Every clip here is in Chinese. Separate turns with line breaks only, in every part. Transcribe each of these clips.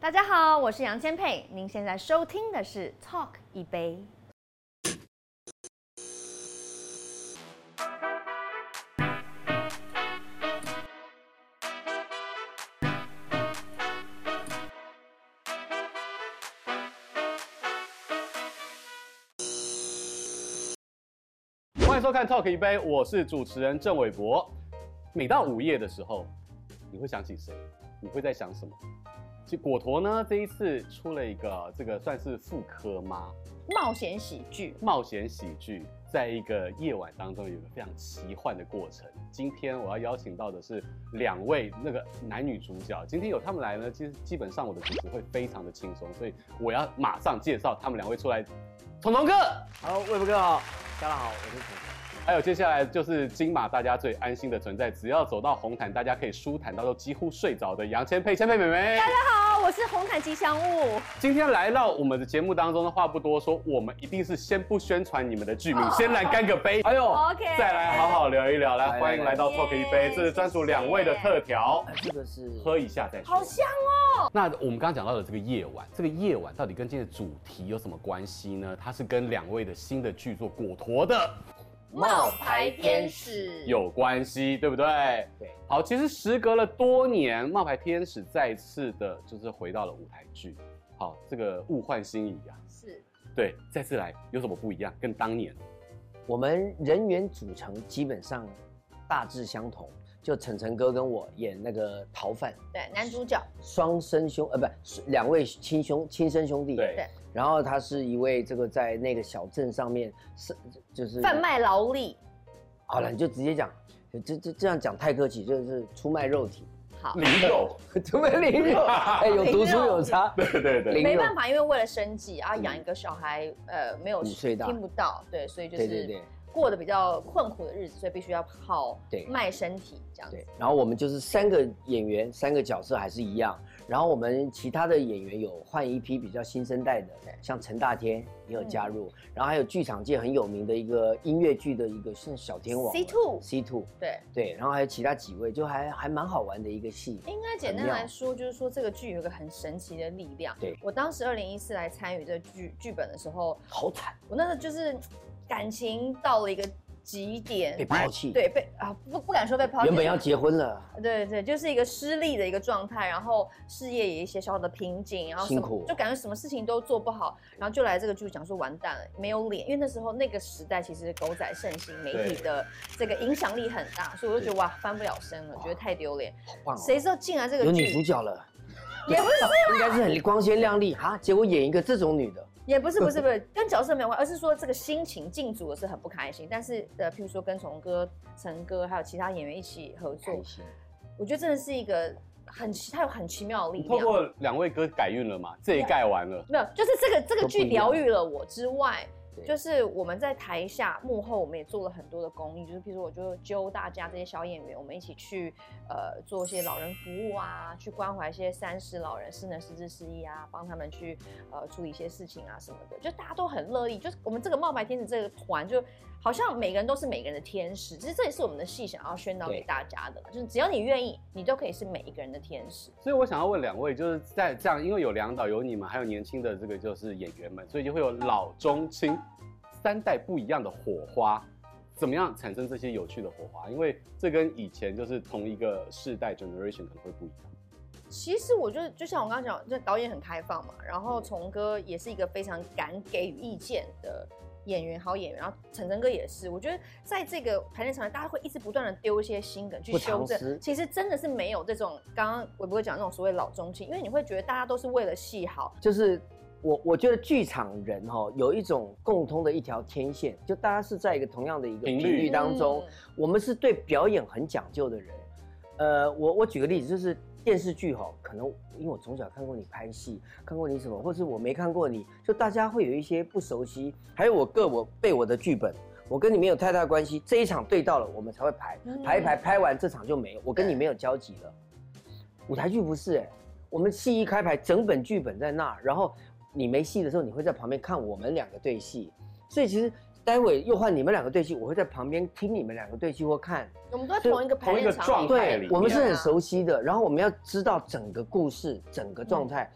大家好，我是杨千霈，您现在收听的是 Talk 一杯。
欢迎收看《Talk 一杯》，我是主持人郑伟博。每到午夜的时候，你会想起谁？你会在想什么？其实果陀呢，这一次出了一个这个算是复刻吗？
冒险喜剧，
冒险喜剧，在一个夜晚当中有一个非常奇幻的过程。今天我要邀请到的是两位那个男女主角，今天有他们来呢，其实基本上我的主持会非常的轻松，所以我要马上介绍他们两位出来。彤彤哥，
好，魏博哥好，大家好，我是楚楚。
还有接下来就是金马大家最安心的存在，只要走到红毯，大家可以舒坦到都几乎睡着的杨千霈千霈妹妹。
大家好，我是红毯吉祥物。
今天来到我们的节目当中的话不多说，我们一定是先不宣传你们的剧名，先来干个杯，
哎呦，
OK，
再来好好聊一聊。来，
来
欢迎来到
来
Talk 一杯
耶，
这是专属两位的特调，
这个是
喝一下再说
好。香哦。
那我们刚刚讲到的这个夜晚，这个夜晚到底跟今天的主题有什么关系呢？它是跟两位的新的剧作《果陀》的
冒牌天使
嗯有关系，对不对？
对。
好，其实时隔了多年，《冒牌天使》再次的就是回到了舞台剧。好，这个物换星移啊，
是
对，再次来有什么不一样？跟当年
我们人员组成基本上大致相同，就晨晨哥跟我演那个逃犯，
对男主角
双生兄呃不是两位亲兄亲生兄弟，
对
对
然后他是一位这个在那个小镇上面是就是
贩卖劳力，
好了，你就直接讲，这这这样讲太客气，就是出卖 肉体，
好，
零 狗，
出卖 灵肉，哎有读书有差，
对对对，
零嗯
没办法，因为为了生计啊，养一个小孩，呃，没有
五岁大
听不到，对，所以就
对对对
是。过得比较困苦的日子，所以必须要靠
对
卖身体这样
对
子。，
然后我们就是三个演员，三个角色还是一样。然后我们其他的演员有换一批比较新生代的，像陈大天也有加入，然后还有剧场界很有名的一个音乐剧的一个是小天王
C two
C two
对，
对，然后还有其他几位，就还还蛮好玩的一个戏。
应该简单来说，就是说这个剧有一个很神奇的力量。
对
我当时二零一四来参与这剧剧本的时候，
好惨，
我那时候就是感情到了一个极点，
被抛弃
对，被啊不不敢说被抛弃，
原本要结婚了，
对对，就是一个失利的一个状态，然后事业也一些小小的瓶颈，然后什
辛
么
苦
就感觉什么事情都做不好，然后就来这个剧讲说完蛋了，没有脸，因为那时候那个时代其实狗仔盛行，媒体
对
的这个影响力很大，所以我就觉得哇翻不了身了，
哇
觉得太丢脸。
好棒哦！
谁知道进来这
有
个
女主
剧
角了，
也不是
应该是很光鲜亮丽哈，结果演一个这种女的，
也不是不是不是跟角色没有关，而是说这个心情进组的是很不开心，但是呃譬如说跟崇哥、陈哥还有其他演员一起合作
开，心。
我觉得真的是一个很奇，它有很奇妙的力
透
量。
过两位哥改运了嘛，这一盖完了，
没有，就是这个这个
都不一
剧
样
疗愈了我之外，
对
就是我们在台下幕后，我们也做了很多的公益，就是譬如说我就揪大家这些小演员，我们一起去呃做一些老人服务啊，去关怀一些三失老人、失能、失智、失忆啊，帮他们去呃处理一些事情啊什么的，就大家都很乐意。就是我们这个冒牌天使这个团，就好像每个人都是每个人的天使，其实这也是我们的戏想要宣导给
对
大家的啦，就是只要你愿意，你都可以是每一个人的天使。
所以我想要问两位，就是在这样，因为有梁导，有你们，还有年轻的这个就是演员们，所以就会有老中青三代不一样的火花。怎么样产生这些有趣的火花？因为这跟以前就是同一个世代 generation 可能会不一样。
其实我就是就像我刚刚讲，就导演很开放嘛，然
嗯
后崇哥也是一个非常敢给予意见的演员，好演员，然后晨晨哥也是。我觉得在这个排练场，大家会一直不断的丢一些新梗去
不
修
藏私
正。其实真的是没有这种刚刚我不会讲那种所谓老中青，因为你会觉得大家都是为了戏好，
就是我我觉得剧场人哈、哦、有一种共通的一条天线，就大家是在一个同样的一个
频
频
率
率当中，
嗯
我们是对表演很讲究的人。呃，我我举个例子，就是电视剧哈、可能因为我从小看过你拍戏，看过你什么，或是我没看过你，就大家会有一些不熟悉。还有我个我背我的剧本，我跟你没有太大关系，这一场对到了，我们才会排
嗯
排一排，拍完这场就没有，我跟你没有交集了。舞台剧不是哎、我们戏一开排，整本剧本在那儿，然后你没戏的时候，你会在旁边看我们两个对戏，所以其实待会又换你们两个对戏，我会在旁边听你们两个对戏或看。
我们都在同一个排
同一
练
个
场
状
里
态
面
里
我们是
啊
很熟悉的，然后我们要知道整个故事、整个状态。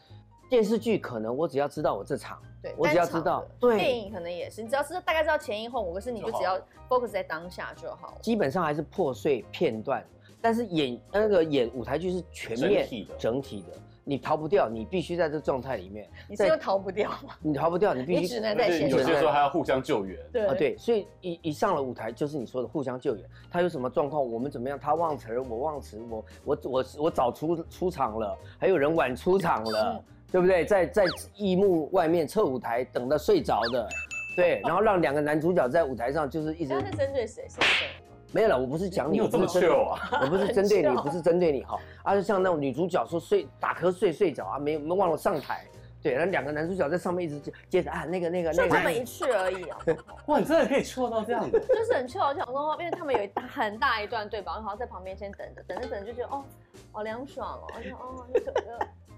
电视剧可能我只要知道我这场，
对，
我只要
单场
知道
的
对
电影可能也是，你只要知道大概知道前因后果，可是你就
就好
只要 focus 在当下就好了。
基本上还是破碎片段，但是演那个演舞台剧是全面
整体的
整体的，你逃不掉，你必须在这状态里面，
你是又逃不掉吗？
你逃不掉，你必须
你只能在现
有些
场
时候还要互相救援。
对
啊，，对，所以一一上了舞台，就是你说的互相救援。他有什么状况，我们怎么样？他忘词儿，我忘词，我我我我早出出场了，还有人晚出场了，
嗯
对不对？在在一幕外面侧舞台等到睡着的，对，然后让两个男主角在舞台上就是一直
现在是针对谁？是谁？
没有了。我不是讲你，
你有
我
这
不
么
是针对
chill 啊？
我不是针对
很
你，
笑
不是针对你哈。啊，就像那种女主角说睡打瞌睡睡着啊，没有没有忘了上台，对，然后两个男主角在上面一直接接着啊那个那个
就
那
他
个
们，一去而已啊，
哇，你真的可以 chill 到这样子？
就是很 chill 想说，因为他们有一大很大一段对吧，然后在旁边先等着，等着等着就觉得哦，好凉爽哦，就哦，就就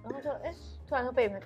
然后就哎，突然就被门，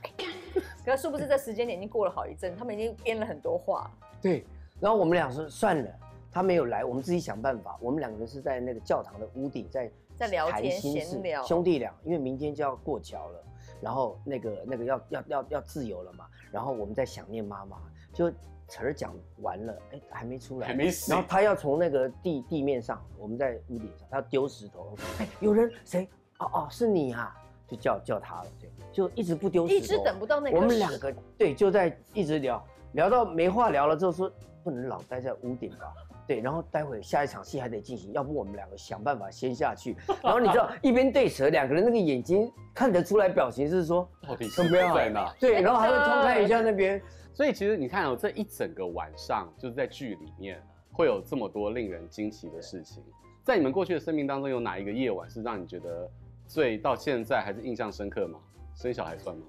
可是殊不知这时间点已经过了好一阵，他们已经编了很多话，
对，然后我们俩说算了。他没有来，我们自己想办法。我们两个人是在那个教堂的屋顶在
在聊
谈
天
心事
闲聊
兄弟俩，因为明天就要过桥了，然后那个那个要要要要自由了嘛，然后我们在想念妈妈，就词儿讲完了，哎，还没出来，
还没醒
然后他要从那个地地面上，我们在屋顶上，他丢石头，哎，有人谁？哦哦，是你啊，就叫叫他了，对，就一直不丢石头，啊
一直等不到那个
我们
时
两个对就在一直聊，聊到没话聊了之后说不能老待在屋顶吧。对，然后待会下一场戏还得进行，要不我们两个想办法先下去。然后你知道，一边对蛇，两个人那个眼睛看得出来，表情是说
到底是
很不要
在哪？
对，然后还会偷看一下那边。
所以其实你看哦，这一整个晚上就是在剧里面会有这么多令人惊奇的事情。在你们过去的生命当中，有哪一个夜晚是让你觉得最到现在还是印象深刻吗？生小孩算吗？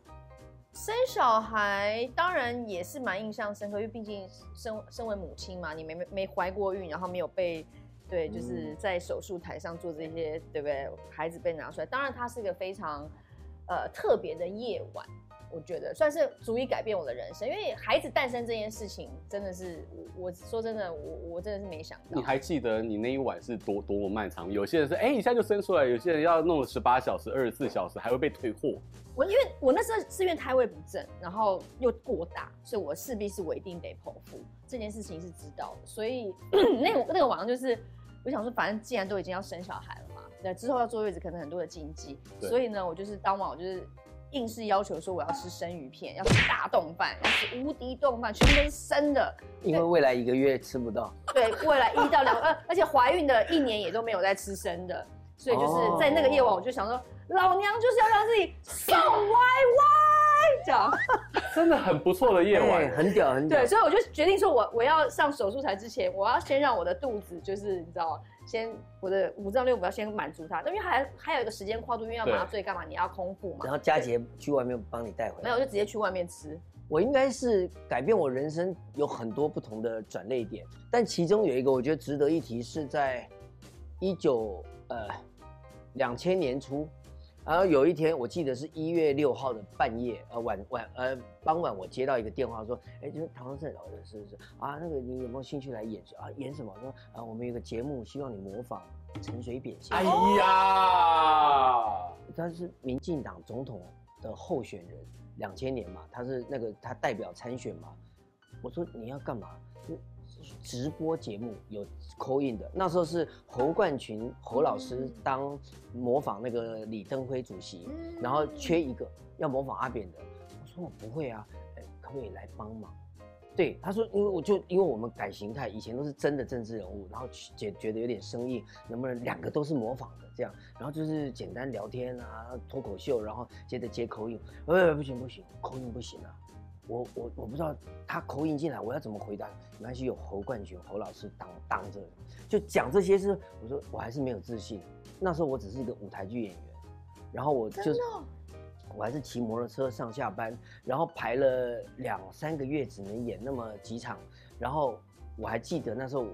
生小孩当然也是蛮印象深刻，因为毕竟身身为母亲嘛，你没没没怀过孕，然后没有被对，就是在手术台上做这些，对不对？孩子被拿出来，当然它是一个非常呃特别的夜晚，我觉得算是足以改变我的人生，因为孩子诞生这件事情真的是我我说真的，我我真的是没想到
你。还记得你那一晚是多多么漫长？有些人是哎、一下就生出来，有些人要弄了十八小时、二十四小时，还会被退货。
我因为我那时候是因为胎位不正，然后又过大，所以我势必是我一定得剖腹，这件事情是知道的。所以 那个那个晚上就是，我想说，反正既然都已经要生小孩了嘛，那之后要坐月子可能很多的禁忌，
对
所以呢，我就是当晚我就是硬是要求说我要吃生鱼片，要吃大冻饭，要吃无敌冻饭，全都是生的。
因为未来一个月吃不到，
对，未来一到两，呃，而且怀孕的一年也都没有在吃生的，所以
哦
就是在那个夜晚，我就想说，老娘就是要让自己瘦歪歪，这样。
真的很不错的夜晚
对，。很屌很屌
对，。所以我就决定说我，我要上手术台之前，我要先让我的肚子，就是你知道，先我的五脏六腑要先满足它，因为还还有一个时间跨度，因为要
对
麻醉干嘛，你要空腹
然
嘛。
后佳杰去外面帮你带回
没有，我
来。
就直接去外面吃。
我应该是改变我人生有很多不同的转捩点，但其中有一个我觉得值得一提是在一九呃两千年初，然后有一天我记得是一月六号的半夜呃晚晚呃傍晚，我接到一个电话说，哎，就是唐唐胜老师是不是啊？那个你有没有兴趣来演啊？演什么？说啊我们有个节目，希望你模仿陈水扁先
哎
生。
呀，
他是民进党总统的候选人，两千年嘛，他是那个他代表参选嘛。我说你要干嘛？就直播节目有 call in 的，那时候是侯冠群侯老师当模仿那个李登辉主席，
嗯
然后缺一个要模仿阿扁的，我说我不会啊，哎，可不可以来帮忙？对，他说，因为我就因为我们改形态，以前都是真的政治人物，然后觉觉得有点生硬，能不能两个都是模仿的这样，然后就是简单聊天啊，脱口秀，然后接着接口音，呃，不行不行，口音不行啊，我我我不知道他口音进来，我要怎么回答？没关系，有侯冠群侯老师当当着，就讲这些事，我说我还是没有自信，那时候我只是一个舞台剧演员，然后我就
真
是
的哦
我还是骑摩托车上下班，然后排了两三个月，只能演那么几场。然后我还记得那时候我，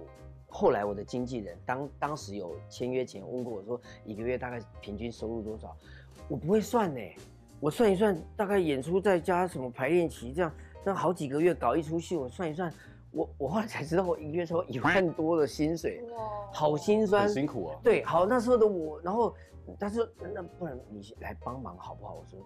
后来我的经纪人当当时有签约前问过我说，一个月大概平均收入多少？我不会算呢、我算一算，大概演出再加什么排练期，这样这样好几个月搞一出戏，我算一算，我我后来才知道，我一个月超一万多的薪水，
哇
好心酸
很。辛苦哦。
对，好那时候的我，然后他说那不然你来帮忙好不好？我说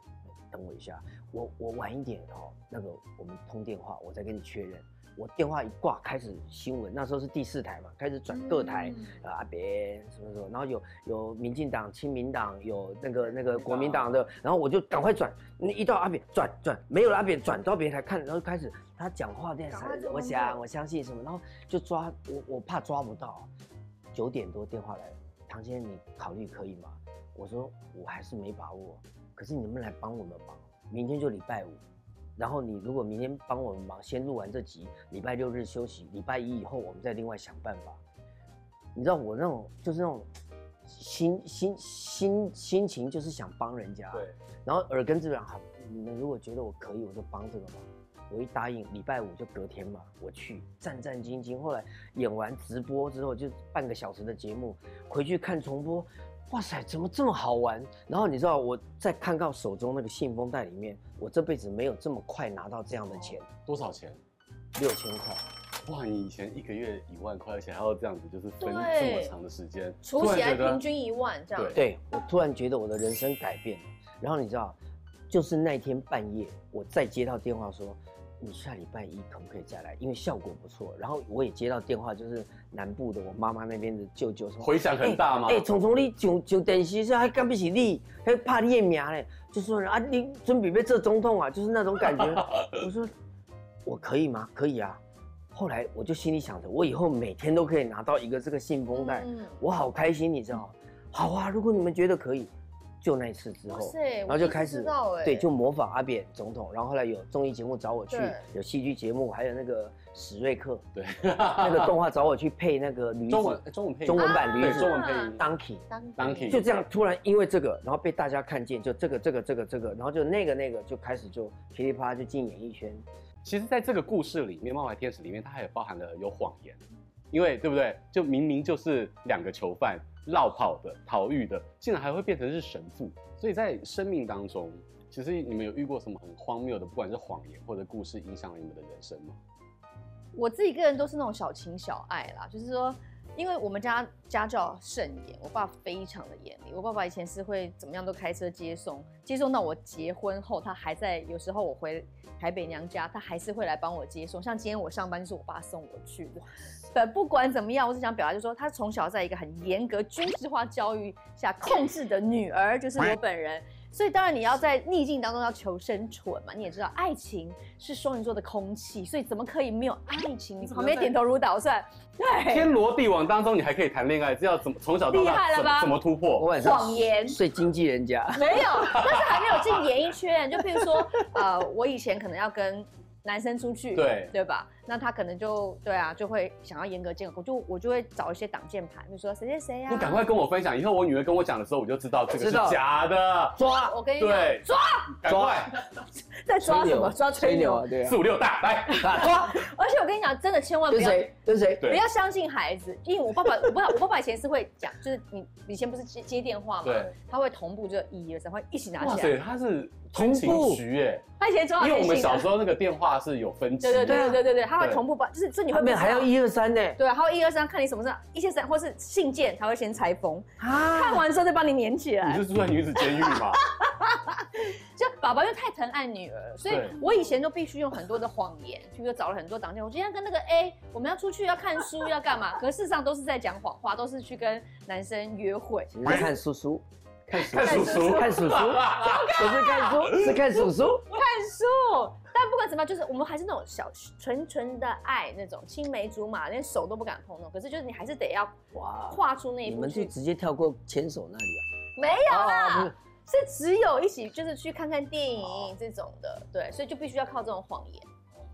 等我一下，我我晚一点哦，那个我们通电话，我再跟你确认。我电话一挂，开始新闻，那时候是第四台嘛，开始转各台。
嗯
啊，阿扁什么什么，然后有有民进党、亲民党，有那个那个国民
民党
党的，然后我就赶快转，嗯一到阿扁转转，没有了阿扁转到别台看，然后开始他讲话这样
赶快
子
做，
我
功
想
课
我相信什么，然后就抓我我怕抓不到，九点多电话来了，唐先生你考虑可以吗？我说我还是没把握，可是你能不能来帮我们忙？明天就礼拜五，然后你如果明天帮我们忙，先录完这集，礼拜六日休息，礼拜一以后我们再另外想办法。你知道我那种就是那种心心心心情就是想帮人家，
对，
然后耳根子软，好，你们如果觉得我可以，我就帮这个忙。我一答应，礼拜五就隔天嘛，我去战战兢兢。后来演完直播之后，就半个小时的节目，回去看重播，哇塞，怎么这么好玩？然后你知道我再看到手中那个信封袋里面，我这辈子没有这么快拿到这样的钱，
多少钱？
六千块。
哇，你以前一个月一万块，而且还要这样子，就是分
对
这么长的时间，
除起来
突然觉得
平均一万这样。
对
对我突然觉得我的人生改变了。然后你知道，就是那天半夜，我再接到电话说，你下礼拜一可不可以再来？因为效果不错。然后我也接到电话，就是南部的我妈妈那边的舅舅说，
回响很大吗？
哎、聪聪，你上上电视说还干不起你，还怕你的名嘞？就说啊，你准备要做总统啊，就是那种感觉。我说我可以吗？可以啊。后来我就心里想着，我以后每天都可以拿到一个这个信封袋，
嗯
我好开心，你知道吗？好啊，如果你们觉得可以，就那一次之
哇
后，
塞，
然
然
后就开始
知道哎，
对，就模仿阿扁总统。然后后来有综艺节目找我去
对，
有戏剧节目，还有那个史瑞 克
对，
那个动画找我去配那个驴
中文
子
中文配音啊
中文版驴
对
子
中文配
啊
音，
Donkey。
当
当 key
就这样，突然因为这个，然后被大家看见，就这个这个这个这个，然后就那个那个，就开始就噼里啪啦就进演艺圈。
其实，在这个故事里面，《冒牌天使》里面，它还有包含了有谎言，因为对不对？就明明就是两个囚犯落跑的、逃狱的，竟然还会变成是神父。所以在生命当中，其实你们有遇过什么很荒谬的，不管是谎言或者故事，影响了你们的人生吗？
我自己个人都是那种小情小爱啦，就是说，因为我们家家教甚严，我爸非常的严厉。我爸爸以前是会怎么样都开车接送，接送到我结婚后，他还在有时候我回台北娘家，他还是会来帮我接送。像今天我上班就是我爸送我去的。但不管怎么样，我只想表达就是说，他从小在一个很严格军事化教育下控制的女儿，就是我本人。所以当然你要在逆境当中要求生存嘛，你也知道爱情是双鱼座的空气，所以怎么可以没有爱情？你旁边点头如捣蒜，对，
天罗地网当中，你还可以谈恋爱，这要怎么从小到
厉害
大
了
怎
吧
么怎么突破？
我晚上
谎言
睡经纪人家，
没有，但是还没有进演艺圈。就譬如说，呃，我以前可能要跟男生出去，
对
对吧？那他可能就对啊，就会想要严格监管，我就我就会找一些挡箭牌，比如说谁谁谁啊呀、
你赶快跟我分享，以后我女儿跟我讲的时候，我就知道这个
知
是
道
假的。
抓
我跟你讲，
对，
抓
赶快
在抓什么？抓吹牛。
啊，对啊
四，五六大来，
抓
而且我跟你讲，真的千万不
跟
要
谁跟谁，
对
不要相信孩子，因为我爸爸，我爸我爸爸以前是会讲，就是你以前不是接接电话嘛，
对，
他会同步就一二三，会一起拿
哇
起来。
塞，他是
同
军情
步
局耶。
他以前抓好
因为我们
电信
小
的
时候那个电话是有分级
对
的，
对对对对对对，他会
对
同步把，就是就是你
后
会
面啊还要一二三呢
对，还有一二三，看你什么事，一些三或是信件，他会先拆封，看
啊，
完之后再帮你粘起来
你。是住在女子监狱吗？
就爸爸又太疼爱女儿，所以
对
我以前都必须用很多的谎言，比如说找了很多挡箭。我今天要跟那个 A，我们要出去要看书要干嘛，可 事实上都是在讲谎话，都是去跟男生约会。
其实是看叔叔，
看叔
看
叔，
叔叔
看叔叔，不是看叔，是看叔叔。
看书。但不管怎么样，就是我们还是那种小纯纯的爱那种青梅竹马，连手都不敢碰那种。可是就是你还是得要
哇，
跨出那一
你
步
们就
去，
直接跳过牵手那里
没有
啊？
啦，
啊，
是只有一起就是去看看电影这种的，对，所以就必须要靠这种谎言。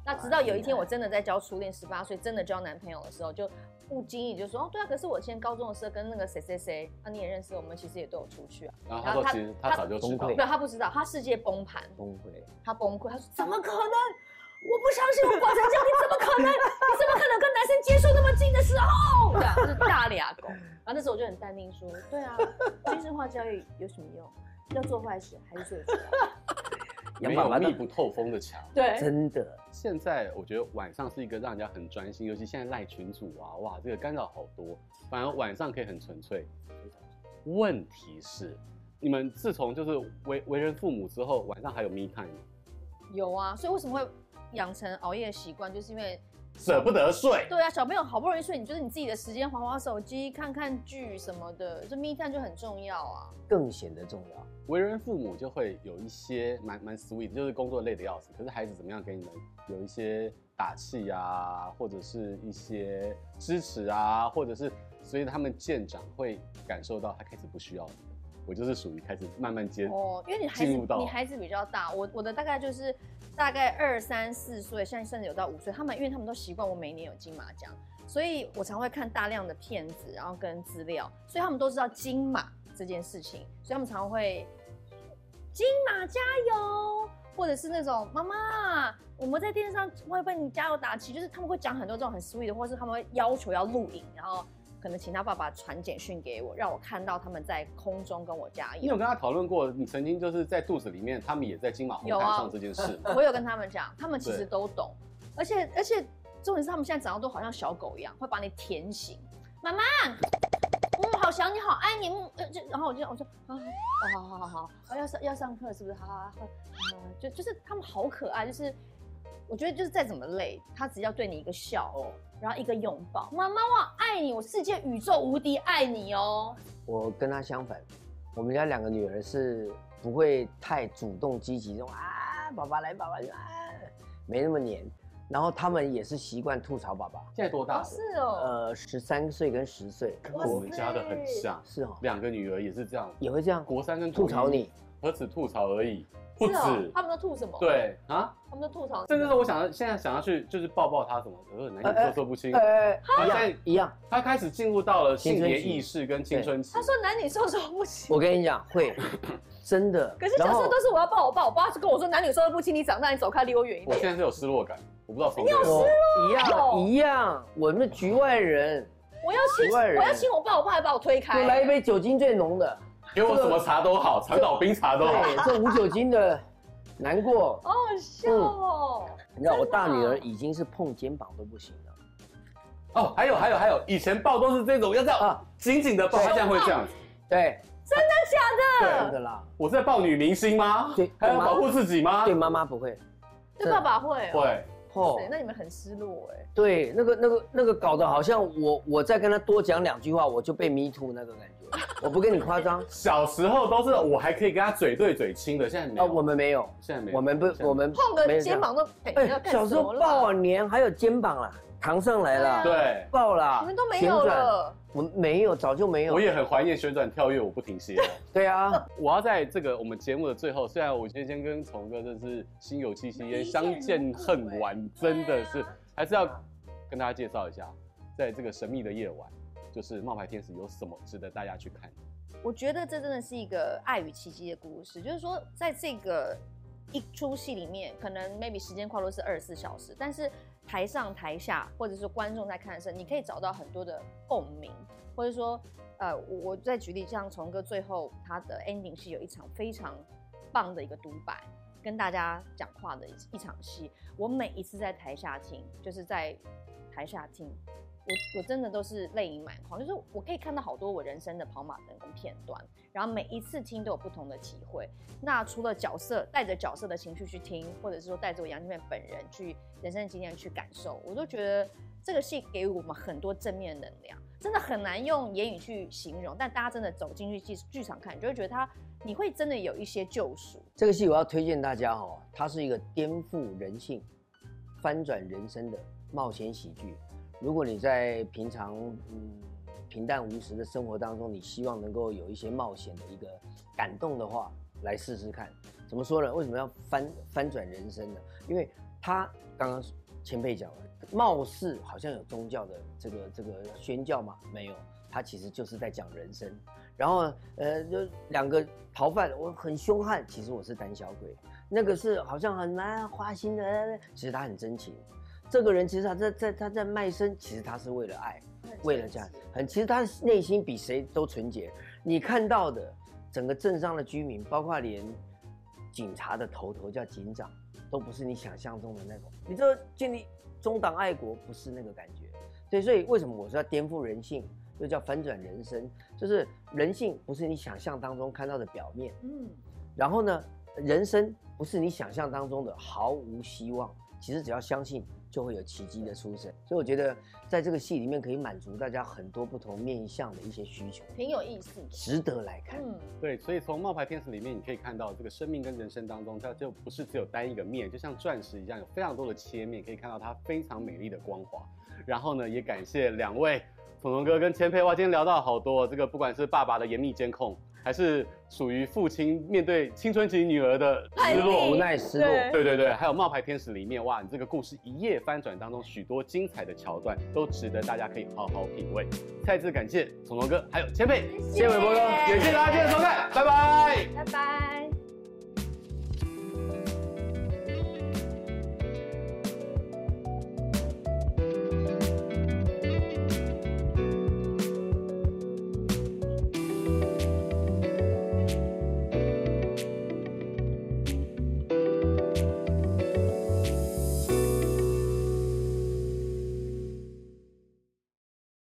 那直到有一天我真的在交初恋，十八岁真的交男朋友的时候，就不经意就说哦，对啊，可是我以前高中的时候跟那个谁谁谁，啊你也认识，我们其实也都有出去啊。
然后他说其实他早就知道
崩
没
溃
有，他不知道，他世界崩盘，
崩溃。
他崩溃，他说怎么可能？我不相信我管成这样，你怎么可 能？你怎么可能跟男生接触那么近的时候？对啊，就是大俩狗。 然后那时候我就很淡定说，对啊，军事化教育有什么用？要做坏事还是做得出来？
杨
没
爸
有
爸
密
的，
不透风的墙。
对，
真的，
现在我觉得晚上是一个让人家很专心，尤其现在赖群组啊，哇，这个干扰好多。反而晚上可以很纯粹。问题是，你们自从就是为为人父母之后，晚上还有 me time 吗？
有啊，所以为什么会养成熬夜的习惯，就是因为
舍不得睡。
对啊，小朋友好不容易睡，你就是你自己的时间，划划手机、看看剧什么的，这 me time 就很重要啊。
更显得重要。
为人父母就会有一些蛮蛮 sweet，就是工作累得要死，可是孩子怎么样给你们有一些打气啊，或者是一些支持啊，或者是随着他们渐长，会感受到他开始不需要你了。我就是属于开始慢慢接
哦，因为你孩
进入
子
到
你孩子比较大，我我的大概就是大概二三四岁，现在甚至有到五岁，他们因为他们都习惯我每年有金马奖，所以我常会看大量的片子，然后跟资料，所以他们都知道金马这件事情，所以他们常会金马加油，或者是那种妈妈。我们在电视上会为你加油打气，就是他们会讲很多这种很 sweet 的，或是他们会要求要录影，然后可能请他爸爸传简讯给我，让我看到他们在空中跟我加油
你。有跟他讨论过，你曾经就是在肚子里面，他们也在金马红
有
毯
啊
上这件事 吗？
我有跟他们讲，他们其实
对
都懂，而且而且重点是他们现在长得都好像小狗一样，会把你舔醒。妈妈，嗯，好想你，好爱你，嗯，呃就然后我就我说啊，哦好好好好好，要上要上课是不是？好好好，好啊就就是他们好可爱，就是我觉得就是再怎么累，他只要对你一个笑，
哦
然后一个拥抱，妈妈我爱你，我世界宇宙无敌爱你哦。
我跟他相反，我们家两个女儿是不会太主动积极，这种啊，爸爸来，爸爸去啊，没那么黏。然后他们也是习惯吐槽爸爸，
现在多 大了？
是哦，
呃，十三岁跟十岁，
跟
哇塞
我们家的很像，
是哦，
两个女儿也是这样，
也会这样
国三跟国一
吐槽你，
何止吐槽而已，不
是哦
止，
他们都吐什么？，
对啊，
他们都吐槽你。
甚至是我想要现在想要去就是抱抱他什么的，有点难以
哎哎
说说不清。
呃，
他
一
在
样一样。
他开始进入到了性
青春
别
期
意识跟青春期
他。说男女授受不亲。
我跟你讲， 会真的。
可是小
然
时
后
候都是我要抱我抱，我爸就跟我说男女授受不亲，你长大你走开，离我远一
我现
点。
在是有失落感，我不知道从
你有
哪里
哦
来
哦
一样一样，我们局外人
我要亲，
奇怪人
我要亲我爸，我爸还把我推
就
开。
来一杯酒精最浓的，
给我什么茶都好，长岛冰茶都好。
对，这无酒精的难过。
好好笑哦。
你知道我
真的啊
大女儿已经是碰肩膀都不行了。
哦，还有还有还有，以前抱都是这种要这样
啊
紧紧的抱，
对
他现在会这样子。
对，
对
真的啦，
我在抱女明星吗
对？
还要
对吗
保护自己吗
对？妈妈不会。
对爸爸会哦。
会，
哇
哦
塞，那你们很失落哎。
对，那个那个那个搞得好像我我再跟她多讲两句话，我就被 me too 那个感觉。我不跟你夸张
小时候都是我还可以跟他嘴对嘴亲的，现在 没
啊，
有。
我们没有，
现在没有，
我们
现在
不我们
碰
没
个
有这
肩
样。
膀都，哎
哎
你要，干
小时候
什么啦
抱啊，黏，还有肩膀啊，扛上来了。
对啊
对。
爆啦！
你们都没有
啊旋转，
了。
我们没有，早就没有。
我也很怀念旋转跳跃，我不停歇。
对啊，
我要在这个我们节目的最后，虽然我今天跟崇哥真是心有戚戚
一见
焉，相见恨晚，真的
对
是
啊
还是要跟大家介绍一下，在这个神秘的夜晚，就是冒牌天使有什么值得大家去看。
我觉得这真的是一个爱与奇迹的故事，就是说，在这个一出戏里面，可能 maybe 时间跨度是二十四小时，但是台上台下或者是观众在看的时候，你可以找到很多的共鸣，或者说，呃，我我再举例，像崇哥最后他的 ending 是有一场非常棒的一个独白，跟大家讲话的一一场戏，我每一次在台下听，就是在台下听，我我真的都是泪盈满眶，就是我可以看到好多我人生的跑马灯跟片段，然后每一次听都有不同的体会。那除了角色带着角色的情绪去听，或者是说带着我杨金妹本人去人生的经验去感受，我都觉得这个戏给予我们很多正面能量，真的很难用言语去形容。但大家真的走进去剧剧场看，你就会觉得它，你会真的有一些救赎。
这个戏我要推荐大家哦，它是一个颠覆人性、翻转人生的冒险喜剧。如果你在平常嗯平淡无实的生活当中，你希望能够有一些冒险的一个感动的话，来试试看。怎么说呢？为什么要翻翻转人生呢？因为他刚刚前辈讲了，貌似好像有宗教的这个这个宣教吗？没有，他其实就是在讲人生。然后呃，就两个逃犯，我很凶悍，其实我是胆小鬼。那个是好像很难花心的，呃其实他很真情。这个人其实他在在他在卖身，其实他是为了爱，为了家，很其实他内心比谁都纯洁。你看到的整个镇上的居民，包括连警察的头头叫警长，都不是你想象中的那种。你这建立中党爱国不是那个感觉，对，所以为什么我说要颠覆人性，又叫反转人生，就是人性不是你想象当中看到的表面，
嗯，
然后呢，人生不是你想象当中的毫无希望，其实只要相信，就会有奇迹的出生。所以我觉得在这个戏里面可以满足大家很多不同面向的一些需求，
挺有意思的。
值得来看。
嗯，
对，所以从冒牌天使里面，你可以看到这个生命跟人生当中，它就不是只有单一个面，就像钻石一样，有非常多的切面，可以看到它非常美丽的光华。然后呢，也感谢两位彤彤哥跟千佩花，今天聊到好多，这个不管是爸爸的严密监控，还是属于父亲面对青春期女儿的失
叛
落
逆
无。奈失落，
对
对对对，还有《冒牌天使》里面，哇，你这个故事一夜翻转当中许多精彩的桥段，都值得大家可以好好品味。再次感谢彤彤哥，还有千佩，
谢谢
伟博哥，也谢谢大家今天的收看，拜拜。
拜拜。